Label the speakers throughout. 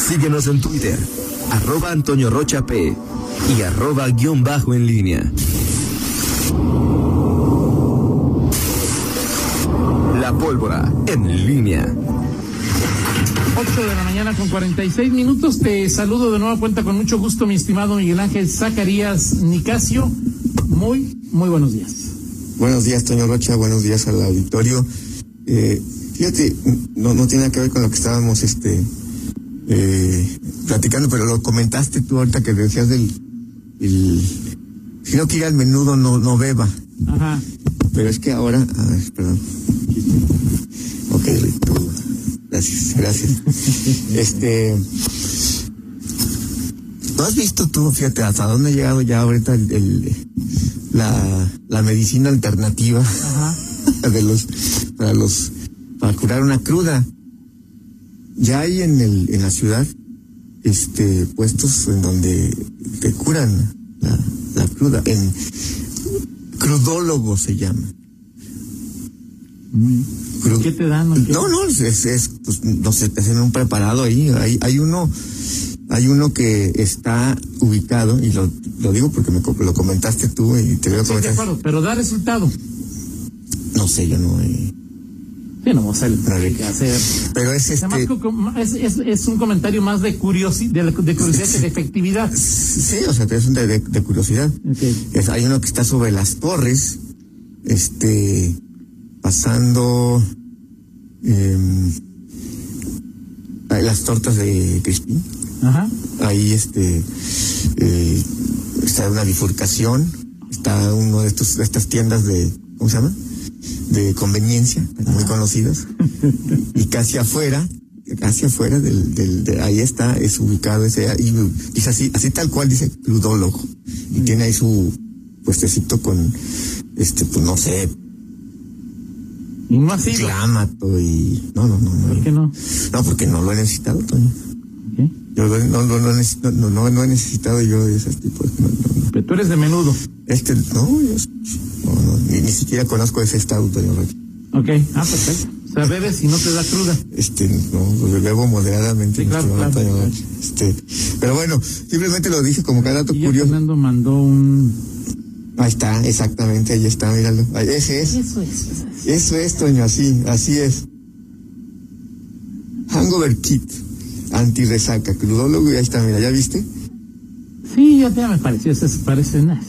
Speaker 1: Síguenos en Twitter, arroba Antonio Rocha P y arroba guión bajo en línea. La pólvora en línea.
Speaker 2: 8 de la mañana con 46 minutos. Te saludo de nueva cuenta con mucho gusto, mi estimado Miguel Ángel Zacarías Nicasio. Muy, muy buenos días.
Speaker 3: Buenos días, Toño Rocha. Buenos días al auditorio. Eh, fíjate, no, no tiene nada que ver con lo que estábamos este, eh, platicando, pero lo comentaste tú ahorita que decías del. El, si no quiere al menudo, no, no beba.
Speaker 2: Ajá.
Speaker 3: Pero es que ahora. A ver, perdón. Ok, tú. Gracias, gracias. Este. ¿No has visto tú, fíjate, hasta dónde ha llegado ya ahorita el, el- la, la medicina alternativa
Speaker 2: Ajá.
Speaker 3: de los, para los, para curar una cruda? Ya hay en el, en la ciudad, este, puestos en donde te curan la, la cruda, en crudólogo se llama. Cru-
Speaker 2: ¿Qué te dan? o qué?
Speaker 3: no, no, es, es, es, pues, no sé, te hacen un preparado ahí. Hay, hay uno, hay uno que está ubicado, y lo, lo digo porque me co- lo comentaste tú y te veo
Speaker 2: Sí, de
Speaker 3: comentar.
Speaker 2: acuerdo, pero da resultado.
Speaker 3: No sé, yo no. eh,
Speaker 2: Sí, no, o sea, el-
Speaker 3: Dale.
Speaker 2: que hacer-
Speaker 3: pero es
Speaker 2: Nada más
Speaker 3: este.
Speaker 2: como- es, es- es un comentario más de, curiosi de, la- de curiosidad que de efectividad.
Speaker 3: Sí, o sea, es un de, de- de curiosidad.
Speaker 2: Ok.
Speaker 3: Es- hay uno que está sobre las torres, este, pasando em, las tortas de Crispín.
Speaker 2: Ajá.
Speaker 3: ahí este eh, está una bifurcación, está uno de estos de estas tiendas de ¿cómo se llama? de conveniencia, muy conocidas. y casi afuera, casi afuera del, del de, ahí está, es ubicado ese y dice así, así tal cual dice ludólogo.
Speaker 2: Mm.
Speaker 3: Y tiene ahí su puestecito con este pues no sé,
Speaker 2: Y no ha sido.
Speaker 3: clamato y no, no, no,
Speaker 2: ¿Por
Speaker 3: no.
Speaker 2: qué no?
Speaker 3: No, porque no lo he necesitado, Toño.
Speaker 2: Ok.
Speaker 3: Yo no, no, no, no, neces- no, no, no he necesitado yo de ese tipo de... no, no, no.
Speaker 2: Pero tú eres de menudo.
Speaker 3: Este, no, yo- no, no, ni, ni siquiera conozco ese estado, doña Rocha.
Speaker 2: Ok. Ah, perfecto. O sea, bebes y no te da cruda.
Speaker 3: Este, no, lo bebo moderadamente.
Speaker 2: Sí, claro,
Speaker 3: mi estimado
Speaker 2: claro,
Speaker 3: doña
Speaker 2: claro.
Speaker 3: Rocha. Este, pero bueno, simplemente lo dije como cada dato
Speaker 2: Y ya
Speaker 3: curioso.
Speaker 2: Fernando mandó un.
Speaker 3: Ahí está, exactamente, ahí está, míralo. Ahí, ese es,
Speaker 2: Eso es.
Speaker 3: eso es, Toño, así, así es. Hangover Kit, antirresaca, crudólogo, y ahí está, mira, ¿ya viste?
Speaker 2: Sí, ya, ya me pareció. Eso es- parece nada.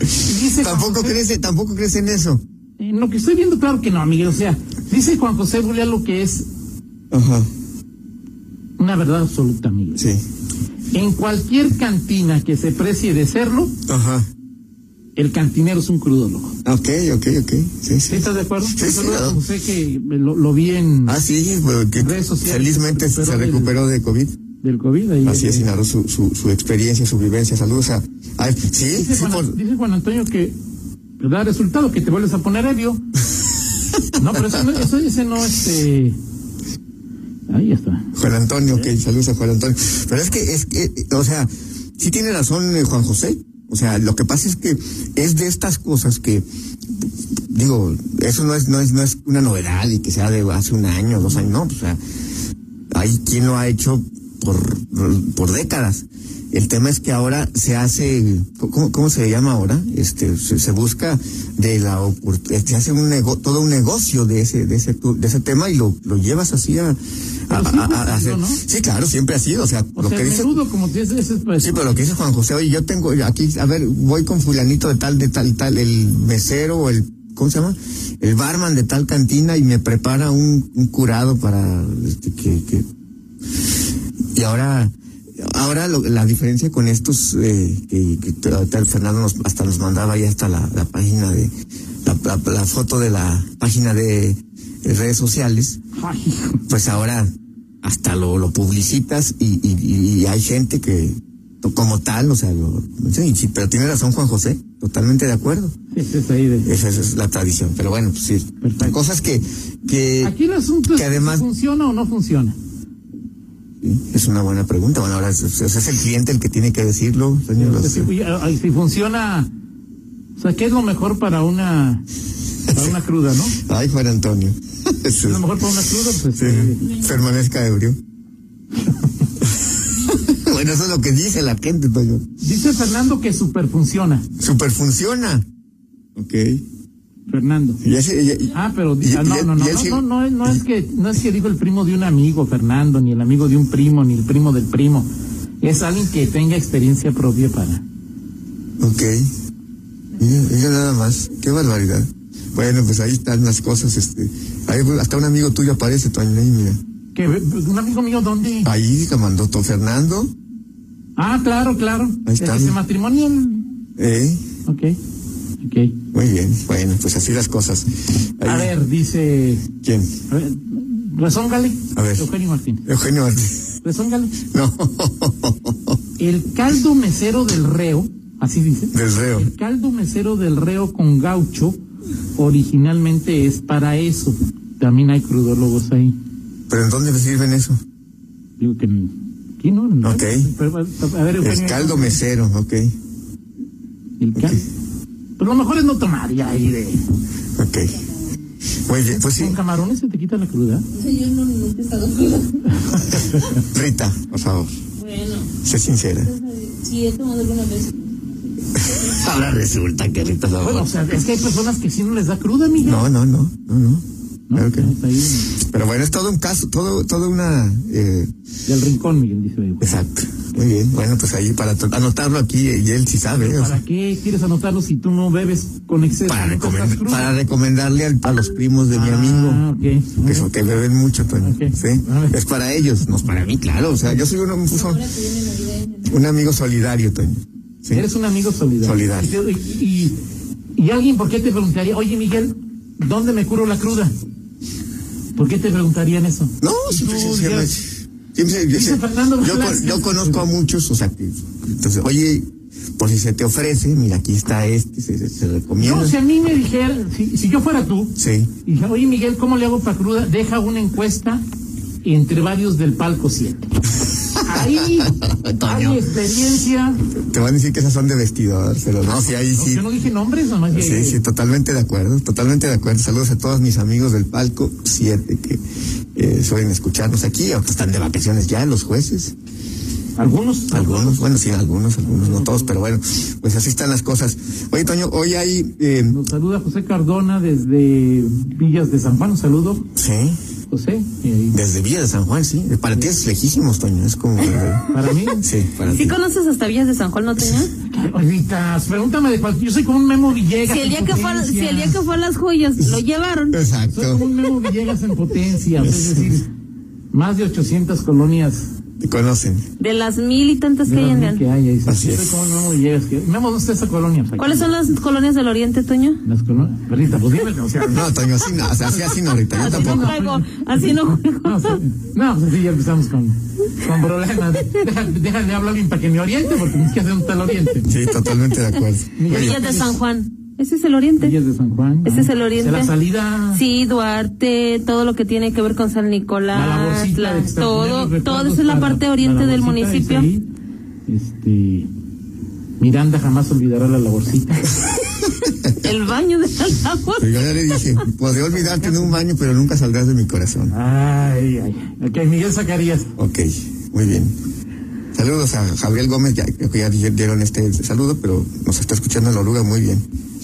Speaker 2: Dice Juan
Speaker 3: Tampoco
Speaker 2: José-
Speaker 3: crece, tampoco crece en eso.
Speaker 2: En lo que estoy viendo, claro que no, Miguel. O sea, dice Juan José Bulia lo que es
Speaker 3: Ajá,
Speaker 2: una verdad absoluta, Miguel.
Speaker 3: sí.
Speaker 2: En cualquier cantina que se precie de serlo,
Speaker 3: Ajá.
Speaker 2: el cantinero es un crudólogo.
Speaker 3: Ok, ok, ok. Sí,
Speaker 2: ¿Sí
Speaker 3: sí.
Speaker 2: estás de acuerdo?
Speaker 3: Sí,
Speaker 2: Yo saludo a
Speaker 3: claro.
Speaker 2: Juan José que me lo, lo vi en
Speaker 3: Ah, sí, porque
Speaker 2: Redes sociales,
Speaker 3: felizmente
Speaker 2: se
Speaker 3: se,
Speaker 2: recuperó del-
Speaker 3: recuperó de COVID.
Speaker 2: del COVID. ahí.
Speaker 3: Así es, y narró su, su, su experiencia, su vivencia. Saludos a. a- sí,
Speaker 2: Dice
Speaker 3: sí,
Speaker 2: Juan,
Speaker 3: por-
Speaker 2: dice Juan Antonio que da resultado, que te vuelves a poner ebrio. No, pero ese no, eso- ese no, este... Ahí está.
Speaker 3: Juan Antonio, ok, saludos a Juan Antonio. Pero es que, es que, o sea, sí tiene razón eh, Juan José. O sea, lo que pasa es que es de estas cosas que, digo, eso no es, no es, no es una novedad y que sea de hace un año, dos años, no, o sea, hay quien lo ha hecho por, por décadas. El tema es que ahora se hace, ¿cómo, cómo se llama ahora? Este, se, se busca de la oportunidad, se hace un nego, todo un negocio de ese, de ese, tu- de ese tema y lo, lo llevas así a, a,
Speaker 2: Pero siempre
Speaker 3: a- a- a
Speaker 2: ha sido,
Speaker 3: hacer.
Speaker 2: ¿no?
Speaker 3: Sí, claro, siempre ha sido, o sea,
Speaker 2: O
Speaker 3: lo
Speaker 2: sea,
Speaker 3: que dice.
Speaker 2: menudo, como dices, ese es pues,
Speaker 3: Sí, pero lo que dice Juan José, oye, yo tengo aquí, a ver, voy con fulanito de tal, de tal, tal, el mesero o el, ¿cómo se llama? El barman de tal cantina y me prepara un, un curado para este, que, que... Y ahora, ahora lo- la diferencia con estos eh, que, que t- ahorita el Fernando nos- hasta nos mandaba ahí hasta la, la página de, la, la- la foto de la página de de redes sociales
Speaker 2: Ay, hijo.
Speaker 3: pues ahora hasta lo, lo publicitas y, y- y hay gente que to- como tal, o sea, lo, sí, sí, pero tiene razón Juan José, totalmente de acuerdo.
Speaker 2: Sí, ese es ahí de...
Speaker 3: Esa es la tradición, pero bueno, pues sí,
Speaker 2: Perfecto.
Speaker 3: cosas que, que
Speaker 2: Aquí el asunto es
Speaker 3: Eh, que además-
Speaker 2: si funciona o no funciona.
Speaker 3: es una buena pregunta. Bueno, ahora es, es- es el cliente el que tiene que decirlo, señor.
Speaker 2: O sea, si, oye, ay, si funciona, o sea, ¿qué es lo mejor para una para una cruda, no?
Speaker 3: Ay, Juan Antonio.
Speaker 2: A lo mejor para una cruda, pues
Speaker 3: Sí,
Speaker 2: eh,
Speaker 3: Permanezca ebrio. bueno, eso es lo que dice la gente, Toño.
Speaker 2: Dice Fernando que super funciona.
Speaker 3: Super funciona. Ok.
Speaker 2: Fernando.
Speaker 3: Y ese- y- y-
Speaker 2: Ah, pero
Speaker 3: y-
Speaker 2: ah, no,
Speaker 3: y-
Speaker 2: no, no,
Speaker 3: y él
Speaker 2: no,
Speaker 3: sí-
Speaker 2: no, no, es- no es que no es que dijo el primo de un amigo, Fernando, ni el amigo de un primo, ni el primo del primo. Es alguien que tenga experiencia propia para.
Speaker 3: Ok. Mira, mira nada más. Qué barbaridad. Bueno, pues ahí están las cosas. Este, ahí, hasta un amigo tuyo aparece, Toño. Ahí, mira.
Speaker 2: Que ve- un amigo mío dónde?
Speaker 3: Ahí la mandó Don Fernando.
Speaker 2: Ah, claro, claro.
Speaker 3: Ahí está.
Speaker 2: Ese matrimonial.
Speaker 3: ¿eh?
Speaker 2: Ok. Ok.
Speaker 3: Muy bien. Bueno, pues así las cosas. Ahí.
Speaker 2: A ver, dice.
Speaker 3: ¿Quién?
Speaker 2: a ver, Rezóngale.
Speaker 3: A ver.
Speaker 2: Eugenio Martín.
Speaker 3: Eugenio Martí-
Speaker 2: Rezóngale.
Speaker 3: No.
Speaker 2: El caldo mesero del reo, así dice.
Speaker 3: Del reo.
Speaker 2: El caldo mesero del reo con gaucho originalmente es para eso. También hay crudólogos ahí.
Speaker 3: ¿Pero en dónde sirven eso?
Speaker 2: Digo que. ¿Quién no? No.
Speaker 3: Ok.
Speaker 2: Pero, a ver, Eugenio,
Speaker 3: El caldo mesero, ok.
Speaker 2: El caldo. Pero lo mejor es no tomar ya ahí de.
Speaker 3: Ok. Muy bien, pues sí.
Speaker 2: Con camarones se te quita la cruda.
Speaker 4: Yo no, no he estado cruda.
Speaker 3: Rita, por favor,
Speaker 4: Bueno,
Speaker 3: sé sincera.
Speaker 4: sí he tomado alguna vez.
Speaker 3: Ahora resulta que Rita es la
Speaker 2: Bueno, o sea, es que hay personas que sí no les da cruda, Miguel.
Speaker 3: No, no, no, no, no.
Speaker 2: ¿No?
Speaker 3: Claro que no.
Speaker 2: Está ahí
Speaker 3: Pero bueno, es todo un caso, todo, todo una. eh,
Speaker 2: del rincón, Miguel, dice. Eugenio.
Speaker 3: exacto. Muy bien. Bueno, pues ahí para to- anotarlo aquí, eh, y él sí sabe. o sea,
Speaker 2: ¿Para qué quieres anotarlo si tú no bebes con exceso?
Speaker 3: para,
Speaker 2: ¿No estás
Speaker 3: recomend-
Speaker 2: crudo?
Speaker 3: para recomendarle al- a los primos de mi
Speaker 2: Ah,
Speaker 3: amigo.
Speaker 2: ok.
Speaker 3: Que, son- que beben mucho, Toño.
Speaker 2: Ok.
Speaker 3: Sí.
Speaker 2: A ver.
Speaker 3: Es para ellos, no es para mí, claro. O sea, yo soy un,
Speaker 4: Ahora que viene Navidad,
Speaker 3: un amigo solidario, Toño. Sí.
Speaker 2: Eres un amigo solidario.
Speaker 3: Solidario.
Speaker 2: Y, y- y alguien, ¿por qué te preguntaría, oye Miguel, ¿dónde me curo la cruda? ¿Por qué te preguntarían eso?
Speaker 3: No,
Speaker 2: Y
Speaker 3: siempre,
Speaker 2: tú
Speaker 3: siempre,
Speaker 2: dirías,
Speaker 3: siempre- yo,
Speaker 2: Dice
Speaker 3: sé-
Speaker 2: Fernando
Speaker 3: yo con-
Speaker 2: Velázquez.
Speaker 3: yo conozco a muchos, o sea, que, entonces, oye, por si se te ofrece, mira, aquí está este, se, se- se recomienda.
Speaker 2: No, si a mí me dijeran, si, si yo fuera tú,
Speaker 3: Sí.
Speaker 2: y dijera, oye Miguel, ¿cómo le hago para cruda? Deja una encuesta entre varios del palco 7. Ahí hay
Speaker 3: Toño.
Speaker 2: experiencia.
Speaker 3: Te van a decir que esas son de vestidor, pero no, si ahí
Speaker 2: No,
Speaker 3: sí.
Speaker 2: Yo no dije nombres, nomás que-
Speaker 3: Sí, sí, totalmente de acuerdo, totalmente de acuerdo. Saludos a todos mis amigos del palco 7 que eh, suelen escucharnos aquí, aunque están de vacaciones ya los jueces.
Speaker 2: Algunos,
Speaker 3: Algunos, bueno, sí, algunos, algunos, no todos, pero bueno, pues así están las cosas. Oye, Toño, hoy hay... eh,
Speaker 2: Nos saluda José Cardona desde Villas de San Juan. Un saludo,
Speaker 3: sí,
Speaker 2: José. Eh,
Speaker 3: Desde Villa de San Juan, sí. Para ti es lejísimos, Toño. Es como.
Speaker 2: para mí,
Speaker 3: Sí, para
Speaker 4: ¿Sí
Speaker 3: ti.
Speaker 4: conoces hasta Villas de San Juan, no tenía?
Speaker 2: ahorita, pregúntame de cualquier. Yo soy como un Memo Villegas.
Speaker 4: Si el, día
Speaker 2: en
Speaker 4: que fue, a- si
Speaker 2: potencia.
Speaker 4: el día que fue a las joyas lo llevaron,
Speaker 2: Soy como
Speaker 3: Exacto.
Speaker 2: un Memo Villegas en potencia. o sea, Es decir, más de 800 colonias
Speaker 3: Te conocen.
Speaker 4: de las mil y tantas que
Speaker 2: de
Speaker 4: hay en
Speaker 2: las que
Speaker 4: León.
Speaker 2: hay. ahí.
Speaker 3: Así
Speaker 2: Soy
Speaker 3: es.
Speaker 2: como un Memo Villegas. que- Memo, ¿dónde está esa colonia?
Speaker 4: ¿Cuáles son las colonias del Oriente, Toño?
Speaker 2: Las colonias. Perrita, pues dime, o sea.
Speaker 3: No, Toño, así no. o sea, así, así no, ahorita. Yo
Speaker 4: Así no
Speaker 3: tampoco.
Speaker 4: juego, así no
Speaker 2: No,
Speaker 4: juego.
Speaker 2: sí, no, pues sí, ya empezamos con, con problemas. Deja- Déjale hablar bien para que me oriente, porque ni siquiera sé dónde está el oriente.
Speaker 3: Sí, totalmente de acuerdo. Muy bien.
Speaker 4: Villas de San Juan. Ese es el Oriente.
Speaker 2: Villas de San Juan.
Speaker 4: Ese
Speaker 2: ah.
Speaker 4: es el oriente.
Speaker 2: De la salida.
Speaker 4: Sí, Duarte, todo lo que tiene que ver con San
Speaker 2: La
Speaker 4: Nicolás,
Speaker 2: laborcita
Speaker 4: la-
Speaker 2: de extraponer
Speaker 4: todo,
Speaker 2: los
Speaker 4: todo
Speaker 2: recuerdos
Speaker 4: eso es la
Speaker 2: para-
Speaker 4: parte
Speaker 2: la
Speaker 4: oriente del
Speaker 2: laborcita de
Speaker 4: municipio.
Speaker 2: Isaí. Este. Miranda jamás olvidará la laborcita.
Speaker 4: El baño de la labor.
Speaker 3: Pero yo ya le dije, podré olvidarte en un baño, pero nunca saldrás de mi corazón.
Speaker 2: Ay, ay. Ok, Miguel Zacarías.
Speaker 3: Ok, muy bien. Saludos a Gabriel Gómez, ya creo que ya di- dieron este saludo, pero nos está escuchando la oruga muy bien.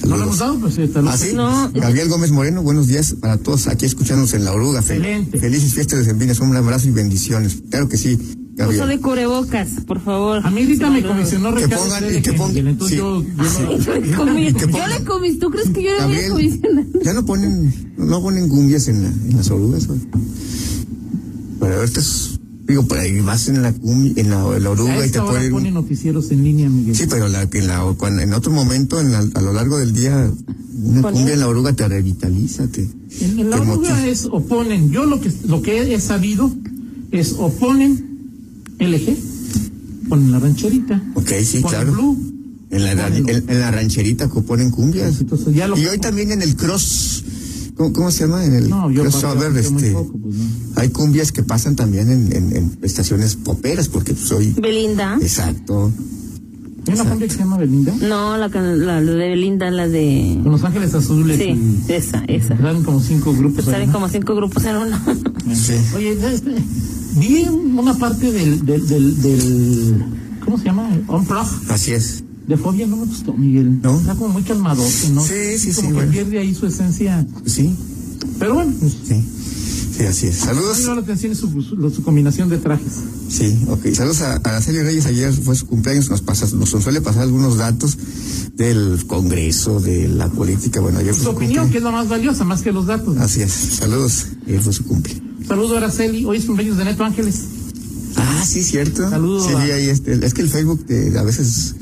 Speaker 2: No lo hemos
Speaker 3: Saludos.
Speaker 2: dado, pues está
Speaker 3: ¿Ah, sí?
Speaker 4: No.
Speaker 3: Gabriel Gómez Moreno, buenos días para todos aquí escuchándonos en La Oruga. Fel-
Speaker 2: Excelente.
Speaker 3: Felices fiestas de Sembrinas, un abrazo y bendiciones. Claro que sí,
Speaker 4: Uso
Speaker 3: Gabriel.
Speaker 4: de cubrebocas, por favor.
Speaker 2: A mí ahorita me comisionó
Speaker 3: Que
Speaker 2: recargo
Speaker 3: pongan-
Speaker 2: de
Speaker 3: y que
Speaker 2: Miguel,
Speaker 3: pongan-
Speaker 2: Entonces
Speaker 3: sí.
Speaker 2: yo. yo
Speaker 4: Yo le comí, yo le comí. ¿Tú crees que yo le voy a
Speaker 3: Gabriel,
Speaker 4: comisionar?
Speaker 3: ya no ponen, no ponen cumbias en, la- en las orugas. güey? Pero ahorita es, digo, por ahí vas en la cumbia, en la, en la
Speaker 2: no,
Speaker 3: oruga
Speaker 2: a
Speaker 3: y te
Speaker 2: esta hora
Speaker 3: ponen.
Speaker 2: pone noticieros en línea, Miguel.
Speaker 3: Sí, pero la, que en, la, cuando- en otro momento, en la- a lo largo del día, una
Speaker 4: Ponen-
Speaker 3: cumbia en la oruga te revitaliza. Te,
Speaker 2: En, en la
Speaker 3: te
Speaker 2: oruga
Speaker 3: motiva.
Speaker 2: es oponen. Yo lo que lo que he sabido es oponen LG, ponen la rancherita,
Speaker 3: Ok, sí,
Speaker 2: ponen
Speaker 3: claro.
Speaker 2: Blue, Pues,
Speaker 3: En la, en, en la rancherita que ponen cumbias.
Speaker 2: Entonces, ya lo-
Speaker 3: y hoy también en el cross. ¿Cómo, cómo se llama? En el
Speaker 2: No, yo
Speaker 3: crossover.
Speaker 2: participo muy
Speaker 3: Este,
Speaker 2: poco, pues, no.
Speaker 3: Hay cumbias que pasan también en, en- en estaciones poperas, porque soy.
Speaker 4: Belinda.
Speaker 3: Exacto.
Speaker 2: ¿Hay una cumbia que se llama Belinda?
Speaker 4: No, la, can- la, la de Belinda, la de.
Speaker 2: Con Los Ángeles Azules.
Speaker 4: Sí,
Speaker 2: y-
Speaker 4: esa, esa.
Speaker 2: Salen como cinco grupos. ahí,
Speaker 4: Salen
Speaker 2: ¿no?
Speaker 4: como cinco grupos en uno.
Speaker 3: Sí.
Speaker 2: Oye, ya este, Vi una parte del, del, del, del ¿cómo se llama? Unplug
Speaker 3: Así es.
Speaker 2: de Fobia no me gustó, Miguel.
Speaker 3: ¿No?
Speaker 2: Está como muy calmado, ¿no?
Speaker 3: Sí, sí,
Speaker 2: como
Speaker 3: sí,
Speaker 2: que
Speaker 3: bueno.
Speaker 2: pierde ahí su esencia.
Speaker 3: Sí,
Speaker 2: Pero bueno, pues,
Speaker 3: sí. Sí, así es.
Speaker 2: me
Speaker 3: Saludos.
Speaker 2: llamó la atención su, su- su combinación de trajes.
Speaker 3: Sí, ok. Saludos a Araceli Reyes. Ayer fue su cumpleaños. Nos, pasa, nos suele pasar algunos datos del Congreso, de la política. Bueno, ayer fue
Speaker 2: Su opinión, que
Speaker 3: cumple.
Speaker 2: es la más valiosa, más que los datos.
Speaker 3: Así es. Saludos. Ayer fue su cumple.
Speaker 2: Saludo a Araceli, hoy es cumpleaños de Neto Ángeles.
Speaker 3: Ah, sí, cierto.
Speaker 2: Saludos
Speaker 3: Sí,
Speaker 2: a-
Speaker 3: vi ahí este- es que el Facebook te- a veces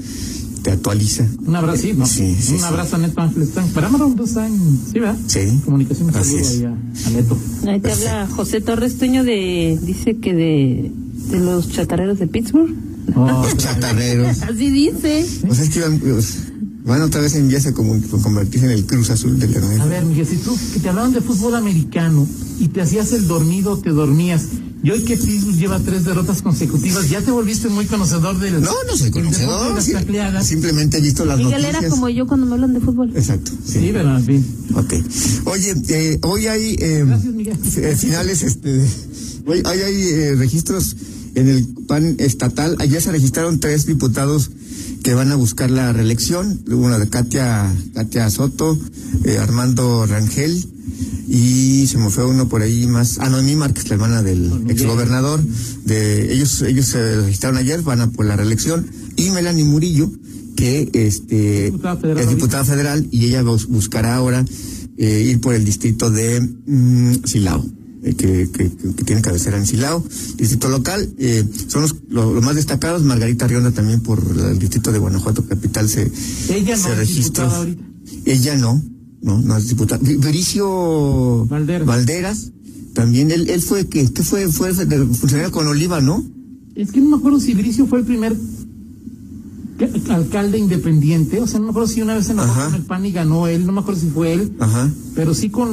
Speaker 3: te actualiza.
Speaker 2: Un abrazo, sí, ¿no?
Speaker 3: Sí, sí,
Speaker 2: un
Speaker 3: sí.
Speaker 2: abrazo a Neto Ángeles. Tan- Pero ahora está en, sí, ¿verdad?
Speaker 3: Sí.
Speaker 2: Comunicación, un
Speaker 3: Así
Speaker 2: saludo
Speaker 3: es.
Speaker 2: ahí a, a Neto.
Speaker 4: Ahí te habla José Torres Tuño de, dice que de, de los chatarreros de Pittsburgh.
Speaker 2: Oh,
Speaker 3: Chatarreros.
Speaker 4: Así dice.
Speaker 3: O sea, es que iban, pues, van otra vez en vías a como- a convertirse en el Cruz Azul de la
Speaker 2: a
Speaker 3: novela.
Speaker 2: ver, Miguel, si tú que te hablaban de fútbol americano y te hacías el dormido, te dormías. Y hoy que Pittsburgh lleva tres derrotas consecutivas, ya te volviste muy conocedor del.
Speaker 3: No, no soy
Speaker 2: del deporte de
Speaker 3: conocedor.
Speaker 2: las
Speaker 3: sí.
Speaker 2: tacleadas. Sí,
Speaker 3: simplemente he visto las
Speaker 4: Miguel
Speaker 3: noticias.
Speaker 4: era como yo cuando me hablan de fútbol.
Speaker 3: Exacto. Sí.
Speaker 2: pero en fin.
Speaker 3: Ok. Oye, eh, hoy hay eh,
Speaker 2: Gracias, Miguel.
Speaker 3: eh, finales, este, de- hoy, hoy hay eh, registros en el PAN estatal. Ayer se registraron tres diputados que van a buscar la reelección. Una de Katia, Katia Soto, eh, Armando Rangel y se me fue uno por ahí más. Ah, no, Noemí Márquez, la hermana del exgobernador. De, ellos, ellos se registraron ayer, van a por la reelección. Y Melanie Murillo, que este,
Speaker 2: Diputada federal
Speaker 3: es
Speaker 2: ahorita.
Speaker 3: diputada diputada federal y ella bus- buscará ahora eh, ir por el distrito de mm, Silao, eh, que, que- que- que tiene cabecera en Silao. Distrito local, eh, son los, lo- los más destacados. Margarita Rionda también por la- el distrito de Guanajuato Capital se,
Speaker 2: Ella no
Speaker 3: se
Speaker 2: es
Speaker 3: registró.
Speaker 2: diputada ahorita.
Speaker 3: Ella no, no, no es diputada. Vi- Viricio
Speaker 2: Valderas.
Speaker 3: Valderas, también él, él fue, que ¿qué fue? Fue de- funcionario con Oliva, ¿no?
Speaker 2: Es que no me acuerdo si Bricio fue el primer ca- alcalde independiente. O sea, no me acuerdo si una vez se enojó
Speaker 3: Ajá.
Speaker 2: con el PAN y ganó él. No me acuerdo si fue él.
Speaker 3: Ajá.
Speaker 2: Pero sí con.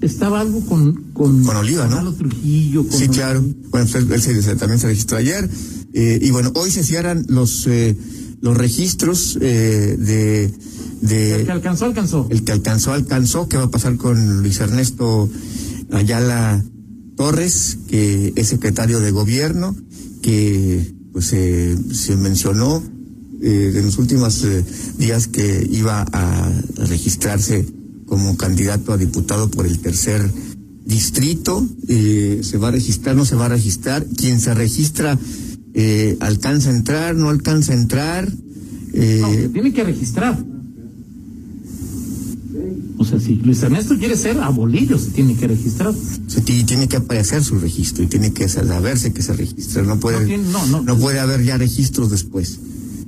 Speaker 2: Estaba algo con. Con,
Speaker 3: Con Oliva, ¿no?
Speaker 2: Lalo Trujillo. Con
Speaker 3: Sí, claro. Bueno, pues, él se- se- también se registró ayer. Eh, y bueno, hoy se cierran los eh, los registros eh, de,
Speaker 2: El que
Speaker 3: de
Speaker 2: alcanzó, alcanzó.
Speaker 3: el que alcanzó, alcanzó. ¿Qué va a pasar con Luis Ernesto Ayala Torres, que es secretario de gobierno, que pues eh, se mencionó eh, en los últimos eh, días que iba a registrarse como candidato a diputado por el tercer distrito, eh, se va a registrar, no se va a registrar, quien se registra eh, alcanza a entrar, no alcanza a entrar,
Speaker 2: No,
Speaker 3: eh,
Speaker 2: tiene que registrar. O sea, si Luis Ernesto quiere ser a bolillo, se tiene que registrar.
Speaker 3: se ti- tiene que aparecer su registro y tiene que saberse que se registra, no puede,
Speaker 2: No tiene- no, no.
Speaker 3: puede haber ya registros después.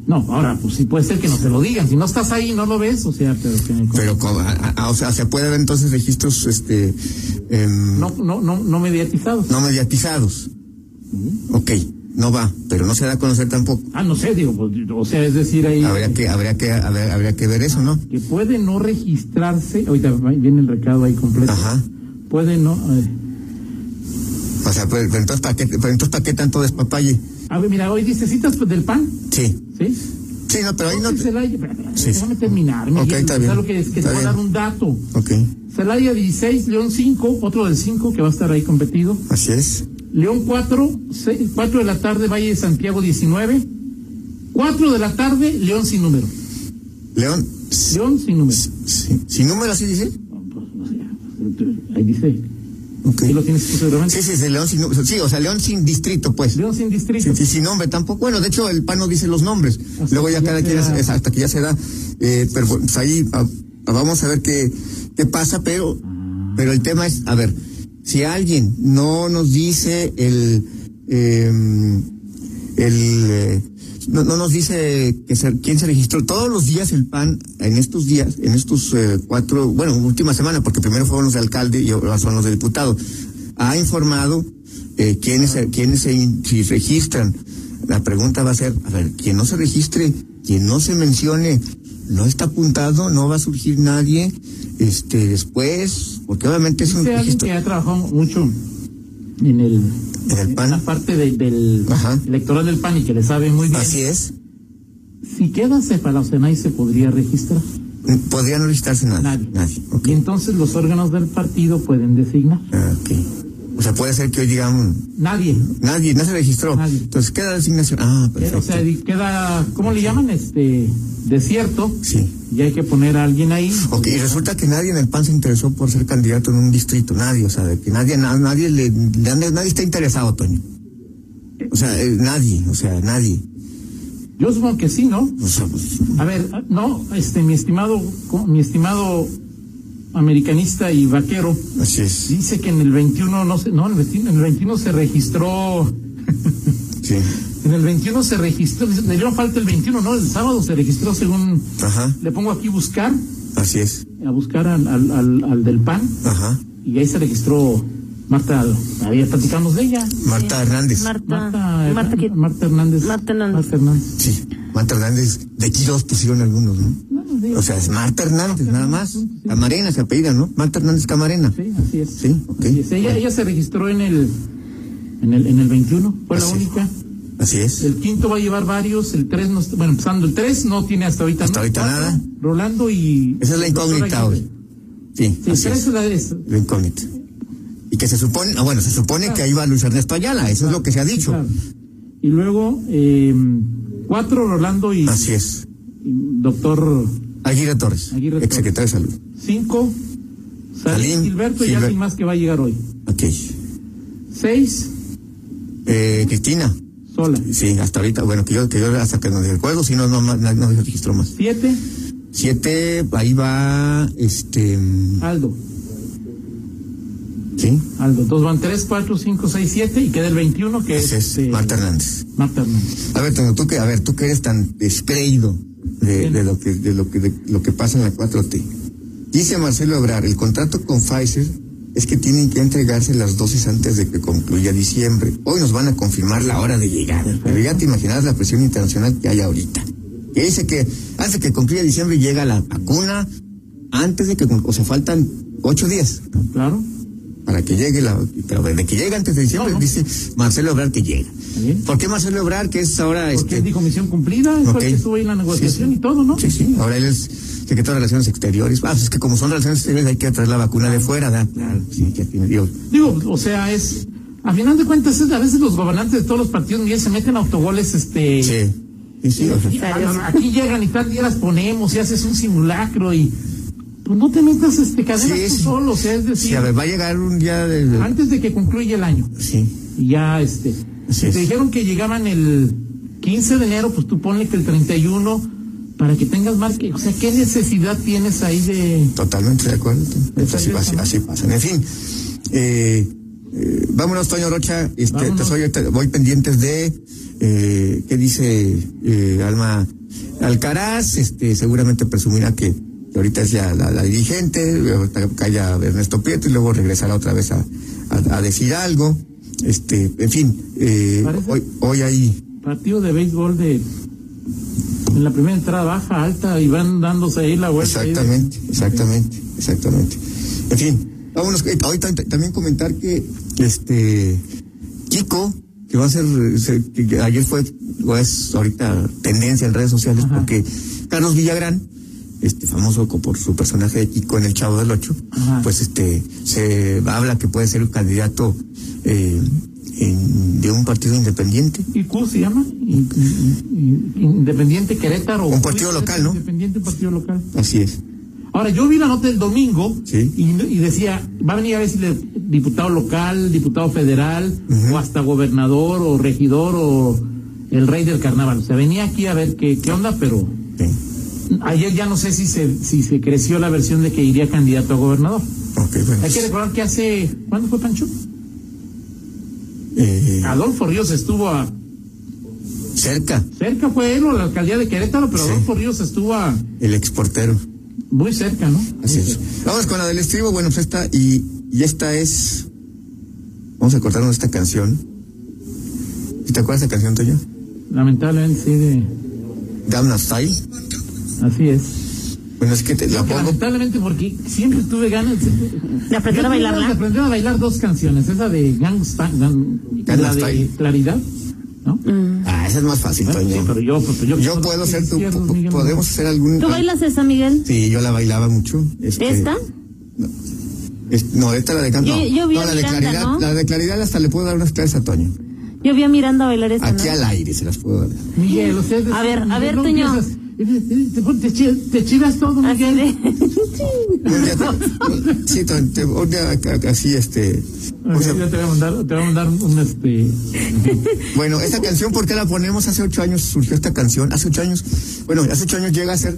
Speaker 2: No, ahora, pues sí puede ser que no te lo digan. Si no estás ahí, no lo ves. O sea, pero que.
Speaker 3: Pero como- a- a- o sea, se puede haber entonces registros este em,
Speaker 2: no, no, no, no mediatizados.
Speaker 3: no mediatizados.
Speaker 2: Mm.
Speaker 3: Ok, no va, pero no se da a conocer tampoco.
Speaker 2: Ah, no sé, digo, pues, o sea, es decir, ahí
Speaker 3: Habría que, habría que, haber- habría que ver eso, ¿no?
Speaker 2: que puede no registrarse, ahorita viene el recado ahí completo.
Speaker 3: Ajá.
Speaker 2: Puede no. eh,
Speaker 3: O sea, pues, pero, pero entonces, ¿para qué, pero entonces, ¿para qué tanto despapalle?
Speaker 2: A ver, mira, hoy dice citas pues, del PAN,
Speaker 3: Sí.
Speaker 2: ¿sí?
Speaker 3: Sí, no, pero ahí no.
Speaker 2: Sí,
Speaker 3: te-
Speaker 2: Celaya,
Speaker 3: Sí,
Speaker 2: déjame terminar, Miguel,
Speaker 3: Ok, está
Speaker 2: o sea,
Speaker 3: bien,
Speaker 2: lo que es que
Speaker 3: está
Speaker 2: te voy a
Speaker 3: bien.
Speaker 2: dar un dato.
Speaker 3: Ok,
Speaker 2: Celaya 16, León 5, otro del 5 que va a estar ahí competido.
Speaker 3: así es.
Speaker 2: León 4, 4 de la tarde, Valle de Santiago 19. 4 de la tarde, León sin número.
Speaker 3: León,
Speaker 2: León sin número.
Speaker 3: sí, sin número así dice.
Speaker 2: No, pues, o sea, ahí dice.
Speaker 3: Ok.
Speaker 2: Ahí lo tienes tú seguramente.
Speaker 3: Sí, sí, sí, León sin número. Sí, o sea, León sin distrito, pues.
Speaker 2: León sin distrito.
Speaker 3: Sí, sí, sin nombre tampoco. Bueno, de hecho, el PAN no dice los nombres.
Speaker 2: Hasta
Speaker 3: Luego ya
Speaker 2: que
Speaker 3: cada
Speaker 2: ya
Speaker 3: quien,
Speaker 2: se da.
Speaker 3: es- hasta que ya se da. Eh, pero bueno, pues ahí ah, ah, vamos a ver qué, qué pasa, pero, pero el tema es, a ver, si alguien no nos dice el, eh, el, eh, no, no nos dice que se- quién se registró. Todos los días el PAN, en estos días, en estos eh, cuatro, bueno, última semana, porque primero fueron los de alcalde y ahora son los de diputados, ha informado eh, quiénes, se- quiénes se in- si registran. La pregunta va a ser, a ver, quien no se registre, quien no se mencione, no está apuntado, no va a surgir nadie, este, después, porque obviamente es un
Speaker 2: Dice alguien
Speaker 3: registro
Speaker 2: que ha trabajado mucho en el
Speaker 3: en el
Speaker 2: en la
Speaker 3: PAN.
Speaker 2: parte de- del
Speaker 3: Ajá.
Speaker 2: electoral del PAN y que le sabe muy bien.
Speaker 3: Así es,
Speaker 2: Si queda Cepalocena y se podría registrar
Speaker 3: podría no registrarse nadie.
Speaker 2: nadie.
Speaker 3: Nadie. ok.
Speaker 2: Y entonces los órganos del partido pueden designar.
Speaker 3: Ah, ok. O sea, puede ser que hoy digamos,
Speaker 2: Nadie.
Speaker 3: nadie, no se registró.
Speaker 2: Nadie.
Speaker 3: Entonces queda designación. Ah,
Speaker 2: O sea,
Speaker 3: perfecto.
Speaker 2: di- queda, ¿cómo le llaman? Este, desierto.
Speaker 3: Sí.
Speaker 2: Y hay que poner a alguien ahí.
Speaker 3: Ok, y resulta que nadie en el PAN se interesó por ser candidato en un distrito, nadie, o sea, de que nadie, na- nadie, le, le- nadie, está interesado, Toño. O sea, eh, nadie, o sea, nadie.
Speaker 2: Yo supongo que sí, ¿no?
Speaker 3: O sea, pues,
Speaker 2: A ver, no, este, mi estimado, co- mi estimado americanista y vaquero,
Speaker 3: así es.
Speaker 2: dice que en el 21, no sé, no, en el 21, en el 21 se registró,
Speaker 3: Sí.
Speaker 2: en el 21 se registró, dice, le dio falta el 21, ¿no? El sábado se registró según,
Speaker 3: Ajá,
Speaker 2: le pongo aquí buscar,
Speaker 3: así es.
Speaker 2: a buscar al, al, al- al del PAN,
Speaker 3: Ajá.
Speaker 2: y ahí se registró Marta, ahí platicamos de ella.
Speaker 3: Marta Hernández.
Speaker 4: Marta,
Speaker 2: Ah, Marta,
Speaker 4: Marta, que-
Speaker 2: Marta Hernández.
Speaker 4: Marta Hernández.
Speaker 2: Marta Hernández.
Speaker 3: sí, Marta Hernández, de aquí dos pusieron algunos, ¿no?
Speaker 2: No, sí,
Speaker 3: O sea, es Marta Hernández, nada más. Camarena se apellida, ¿no? Marta Hernández Camarena.
Speaker 2: Sí, así es.
Speaker 3: Sí, ok.
Speaker 2: Así es. Ella, ella se registró en el, en el, en el 21, fue la
Speaker 3: Así es.
Speaker 2: única.
Speaker 3: Así es.
Speaker 2: El quinto va a llevar varios, el 3 no está, bueno, empezando el 3 no tiene hasta ahorita
Speaker 3: Hasta ahorita
Speaker 2: Cuatro,
Speaker 3: nada.
Speaker 2: Rolando y...
Speaker 3: Esa es la incógnita
Speaker 2: Doctora
Speaker 3: hoy.
Speaker 2: Aguirre.
Speaker 3: Sí,
Speaker 2: Sí,
Speaker 3: así
Speaker 2: pero
Speaker 3: es.
Speaker 2: esa es la de eso.
Speaker 3: lo incógnito. Y que se supone, ah, bueno, se supone que ahí va Luis Ernesto Ayala, Ah, eso es lo que se ha dicho.
Speaker 2: Claro. Y luego, eh, cuatro, Rolando y,
Speaker 3: Así es.
Speaker 2: y doctor...
Speaker 3: Aguirre Torres,
Speaker 2: Aguirre Torres.
Speaker 3: exsecretario de Salud.
Speaker 2: Cinco, Salim,
Speaker 3: Salim,
Speaker 2: Gilberto y
Speaker 3: Gilber-
Speaker 2: alguien más que va a llegar hoy.
Speaker 3: Ok.
Speaker 2: Seis,
Speaker 3: Eh, Cristina,
Speaker 2: sola.
Speaker 3: sí, hasta ahorita, bueno, que yo, que yo hasta que no recuerdo, si no, no, ma- na- no, registro más.
Speaker 2: Siete,
Speaker 3: Siete, ahí va, este, mm,
Speaker 2: Aldo.
Speaker 3: sí,
Speaker 2: Aldo. Dos van tres, cuatro, cinco, seis, siete y queda el 21 que es...
Speaker 3: ese es
Speaker 2: eh,
Speaker 3: Marta Hernández.
Speaker 2: Marta Hernández.
Speaker 3: A ver, Toño, tú que, a ver, tú que eres tan descreído de,
Speaker 2: Bien.
Speaker 3: de lo que de lo que de lo que pasa en la 4T. Dice Marcelo Obrar, el contrato con Pfizer es que tienen que entregarse las dosis antes de que concluya diciembre. Hoy nos van a confirmar la hora de llegada. Pero ya te imaginas la presión internacional que hay ahorita. Que dice que antes de que concluya diciembre llega la vacuna, antes de que conclu- o sea, faltan ocho días
Speaker 2: Claro.
Speaker 3: para que llegue la pero desde que llega antes de diciembre
Speaker 2: No, no.
Speaker 3: dice Marcelo Obrar que llega.
Speaker 2: bien.
Speaker 3: ¿Por qué Marcelo Obrar que es ahora
Speaker 2: Porque
Speaker 3: este
Speaker 2: él dijo misión cumplida, es
Speaker 3: Ok.
Speaker 2: porque estuvo ahí en la negociación
Speaker 3: Sí, sí.
Speaker 2: y todo, ¿no?
Speaker 3: Sí, sí. Ahora él es secretario de Relaciones Exteriores. Ah, pues es que como son relaciones exteriores hay que traer la vacuna de fuera, ¿verdad? Claro, sí, ya tiene. Digo,
Speaker 2: Digo, o sea, es. A final de cuentas, es- a veces los gobernantes de todos los partidos Miguel, se meten autogoles, este.
Speaker 3: sí. Sí, sí, o sea,
Speaker 2: y- a- Aquí llegan y tal, y las ponemos, y haces un simulacro, y. Pues no te metas este cadenas
Speaker 3: Sí,
Speaker 2: tú
Speaker 3: sí.
Speaker 2: solo, o sea, es decir, Ah,
Speaker 3: sí, a ver, va a llegar un día de. de-
Speaker 2: antes de que concluya el año.
Speaker 3: Sí,
Speaker 2: Y ya, este.
Speaker 3: Así
Speaker 2: te
Speaker 3: es.
Speaker 2: dijeron que llegaban el 15 de enero, pues tú ponle que el 31, para que tengas más que. O sea, ¿qué necesidad tienes ahí de.
Speaker 3: totalmente de acuerdo. Entonces, así,
Speaker 2: Exacto.
Speaker 3: así, así pasan. En fin, eh, eh, vámonos, Toño Rocha. Este,
Speaker 2: Vámonos.
Speaker 3: Te soy, te- voy pendientes de. Eh, ¿Qué dice eh, Alma Alcaraz? Este, seguramente presumirá que. que Ahorita es la, la, la dirigente, luego ta- calla Ernesto Prieto y luego regresará otra vez a, a- a decir algo. Este, en fin, eh,
Speaker 2: Parece-
Speaker 3: hoy, hoy hay
Speaker 2: Partido de béisbol de en la primera entrada baja, alta y van dándose ahí la vuelta. ahí de-
Speaker 3: Exactamente, exactamente, exactamente. En fin, vámonos. eh, Hoy tam- también comentar que este Kiko, que va a ser, eh, se- que- que ayer fue, o es ahorita tendencia en redes sociales,
Speaker 2: Ajá.
Speaker 3: porque Carlos Villagrán, este famoso co- por su personaje de Kiko en El Chavo del Ocho,
Speaker 2: Ajá.
Speaker 3: pues este se habla que puede ser un candidato eh, en- de un partido independiente.
Speaker 2: IQ se llama In- in- in- Independiente Querétaro.
Speaker 3: Un partido local, ¿no?
Speaker 2: Independiente un partido local.
Speaker 3: Así es.
Speaker 2: Ahora, yo vi la nota el domingo
Speaker 3: Sí.
Speaker 2: y, y decía, va a venir a ver si le- diputado local, diputado federal, o hasta gobernador o regidor o el rey del carnaval. O sea, venía aquí a ver qué, qué onda, pero
Speaker 3: Sí.
Speaker 2: ayer ya no sé si se, si se creció la versión de que iría candidato a gobernador.
Speaker 3: Ok, bueno. pues,
Speaker 2: Hay que recordar que hace. ¿Cuándo fue Pancho?
Speaker 3: Eh,
Speaker 2: Adolfo Ríos estuvo a.
Speaker 3: cerca,
Speaker 2: Cerca fue él o la alcaldía de Querétaro, pero
Speaker 3: Sí.
Speaker 2: Adolfo Ríos estuvo a.
Speaker 3: el exportero.
Speaker 2: Muy cerca, ¿no?
Speaker 3: Así es. Vamos con la del estribo. Bueno, pues esta y, y esta es. Vamos a cortarnos esta canción. ¿Y ¿Te acuerdas de la canción, Toño?
Speaker 2: Lamentablemente, sí. de-
Speaker 3: Gamna Style.
Speaker 2: Así es.
Speaker 3: Bueno, es que te la
Speaker 2: Que
Speaker 3: pongo.
Speaker 2: lamentablemente, porque siempre tuve ganas.
Speaker 4: ¿De aprender a bailarla?
Speaker 2: De aprender a bailar dos canciones. Esa de Gangsta. Gang- y
Speaker 3: Gangnam
Speaker 2: la de
Speaker 3: Style.
Speaker 2: Claridad, ¿no?
Speaker 4: Mm.
Speaker 3: Ah, esa es más fácil,
Speaker 2: Bueno, sí,
Speaker 3: Toño.
Speaker 2: pero yo, pues, yo,
Speaker 3: Yo puedo hacer tu.
Speaker 2: Izquierdos, Miguel.
Speaker 3: Podemos hacer algún.
Speaker 4: ¿Tú bailas esa, Miguel?
Speaker 3: Sí, yo la bailaba mucho. este-
Speaker 4: ¿Esta?
Speaker 3: No. Es- no, esta la de canto.
Speaker 4: Yo- yo vi
Speaker 3: no,
Speaker 4: a
Speaker 3: la de
Speaker 4: Miranda,
Speaker 3: claridad,
Speaker 4: ¿no?
Speaker 3: la de claridad hasta le puedo dar unas clases a Toño.
Speaker 4: Yo vi a Miranda bailar esa
Speaker 3: Aquí
Speaker 4: noche.
Speaker 3: al aire se las puedo dar.
Speaker 2: Miguel, ustedes.
Speaker 4: A ver, a ver,
Speaker 2: no
Speaker 4: Toño.
Speaker 2: empiezas- Te, pon- te chi- te chivas todo,
Speaker 4: Así
Speaker 2: Miguel.
Speaker 4: de-
Speaker 3: Un día, un- sí, Toño, te- un día ac- así este. o
Speaker 2: Ok,
Speaker 3: sea,
Speaker 2: yo te voy a mandar, te voy a mandar un este.
Speaker 3: Bueno, esta canción, ¿por qué la ponemos? Hace ocho años surgió esta canción. Hace ocho años, bueno, hace ocho años llega a ser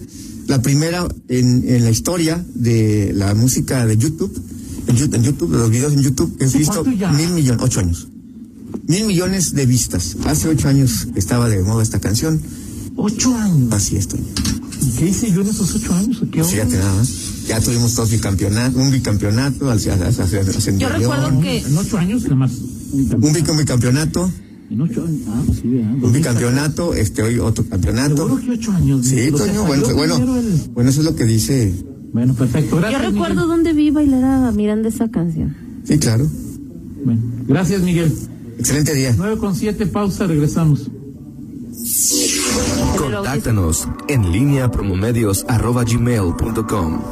Speaker 3: la primera en, en la historia de la música de YouTube. En, Yu- en YouTube, los videos en YouTube, es
Speaker 2: ¿Hace
Speaker 3: visto
Speaker 2: cuánto ya?
Speaker 3: mil millones, ocho años. Mil millones de vistas. Hace ocho años estaba de moda esta canción.
Speaker 2: Ocho años.
Speaker 3: Así estoy.
Speaker 2: ¿Y ¿Qué hice yo en esos ocho años? ¿O ¿Qué onda?
Speaker 3: Fíjate nada más. Ya tuvimos dos bicampeonato, un bicampeonato, hacia, hacia, hacia- hacia
Speaker 4: Yo
Speaker 3: Nuevo
Speaker 4: recuerdo
Speaker 3: León.
Speaker 4: que
Speaker 2: En ocho años, nada más.
Speaker 3: un bica- un bicampeonato,
Speaker 2: En ocho años. Ah, pues sí, ¿verdad?
Speaker 3: un bicampeonato, este hoy otro campeonato.
Speaker 2: Seguro que ocho años.
Speaker 3: Sí,
Speaker 2: O sea,
Speaker 3: Toño,
Speaker 2: salió
Speaker 3: bueno, bueno,
Speaker 2: primero el-
Speaker 3: bueno, eso es lo que dice.
Speaker 2: Bueno, perfecto.
Speaker 4: yo
Speaker 2: Gracias.
Speaker 4: recuerdo
Speaker 2: Miguel.
Speaker 4: dónde vi bailar a Miranda esa canción.
Speaker 3: Sí, claro.
Speaker 2: Bueno, gracias, Miguel.
Speaker 3: Excelente día.
Speaker 2: 9 con 7, pausa, regresamos.
Speaker 1: Contáctanos en línea promomedios arroba gmail punto com.